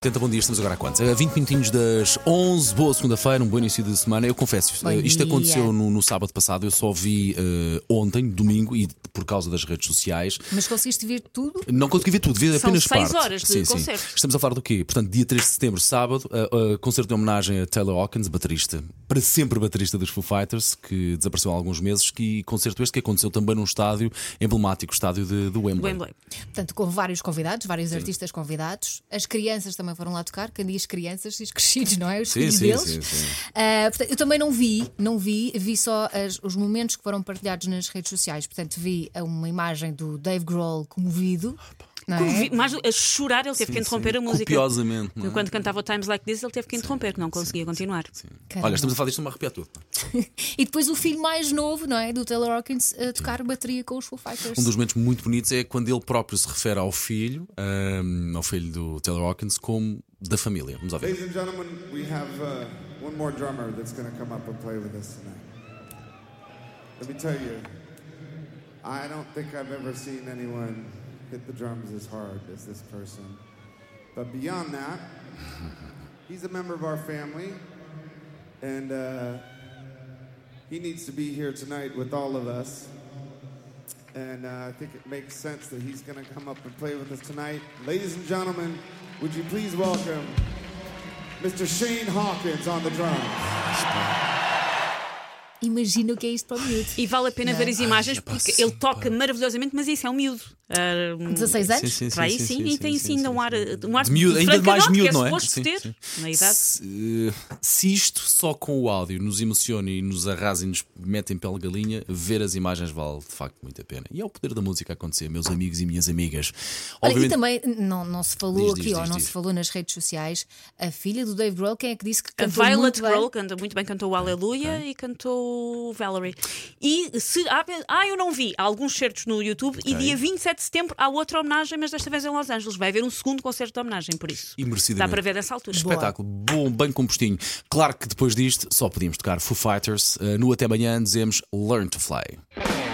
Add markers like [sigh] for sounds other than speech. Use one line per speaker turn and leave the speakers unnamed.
80, bom dia, estamos agora a quantos? A 20 minutinhos das 11, boa segunda-feira, um bom início de semana. Eu confesso,
Bom
eh, isto
dia.
aconteceu no, no sábado passado, eu só vi eh, ontem, domingo, e por causa das redes sociais.
Mas conseguiste ver tudo?
Não consegui ver tudo, vi apenas
seis
parte.
horas de
sim, sim.
concerto.
Estamos a falar do quê? Portanto, dia 3 de setembro, sábado, eh, eh, concerto de homenagem a Taylor Hawkins, baterista, para sempre baterista dos Foo Fighters, que desapareceu há alguns meses, que concerto este que aconteceu também num estádio emblemático, o estádio de, de Wembley.
Wembley.
Portanto, com vários convidados, vários artistas convidados. As crianças também foram lá tocar. Quem diz crianças
[laughs]
diz crescidos, não é? Os
Sim,
filhos
sim,
deles.
sim, sim.
Ah, portanto, eu também não vi, não vi, vi só as- os momentos que foram partilhados nas redes sociais. Portanto, vi uma imagem do Dave Grohl comovido. Não é?
Convi- Mais a chorar, ele teve que interromper a música.
Copiosamente, não é?
Enquanto cantava o Times Like This, ele teve que interromper, que não conseguia continuar.
Caramba.
Olha, estamos a falar disto, não me arrepia tudo.
E depois o filho mais novo, não é? Do Taylor Hawkins a tocar bateria com os Foo Fighters.
Um dos momentos muito bonitos é quando ele próprio se refere ao filho, ahm, ao filho do Taylor Hawkins, como da família. Vamos ouvir.
Ladies and gentlemen, we have uh, one more drummer that's going to come up and play with us tonight. Let me tell you, I don't think I've ever seen anyone hit the drums as hard as this person. But beyond that, he's a member of our family, and uh, he needs to be here tonight with all of us. And uh, I think it makes sense that he's going to come up and play with us tonight. Ladies and gentlemen, would you please welcome Mr. Shane Hawkins on the drums.
Imagina o que é isto para o miúdo.
E vale a pena
Não.
ver as imagens,
Ai, pá,
porque
sim,
ele toca
pá.
maravilhosamente, mas isso é um miúdo. Ah, um,
16 anos?
Sim, sim,
para
sim,
aí sim,
sim,
e
sim,
tem
sim,
assim ainda um ar, um ar
De miúdo, ainda de mais
francadote,
miúdo,
que
não é?
é? suposto
Sim,
ter,
sim.
na idade.
Se, eh, se isto só com o áudio nos emociona e nos arrasa e nos mete em pele de galinha, ver as imagens vale de facto muito a pena. E é o poder da música a acontecer, meus amigos e minhas amigas.
Olha, e
Obviamente-
também não, não se falou
Diz,
aqui,
diz,
ou
diz,
não
diz.
se falou nas redes sociais, a filha do Dave Grohl, quem é que disse que
A
cantou
Violet
muito bem?
Grohl canta muito bem, cantou o Aleluia e cantou o Valerie. E se há- ah, eu não vi, há alguns certos no YouTube e dia 27 de setembro há outra homenagem, mas desta vez em Los Angeles. Vai haver um segundo concerto de homenagem, por isso.
E merecidamente.
Dá para ver dessa altura.
Espetáculo, bom, bem compostinho. Ah, Claro que depois disto só podíamos tocar Foo Fighters. Eh, no Até Amanhã dizemos Learn to Fly.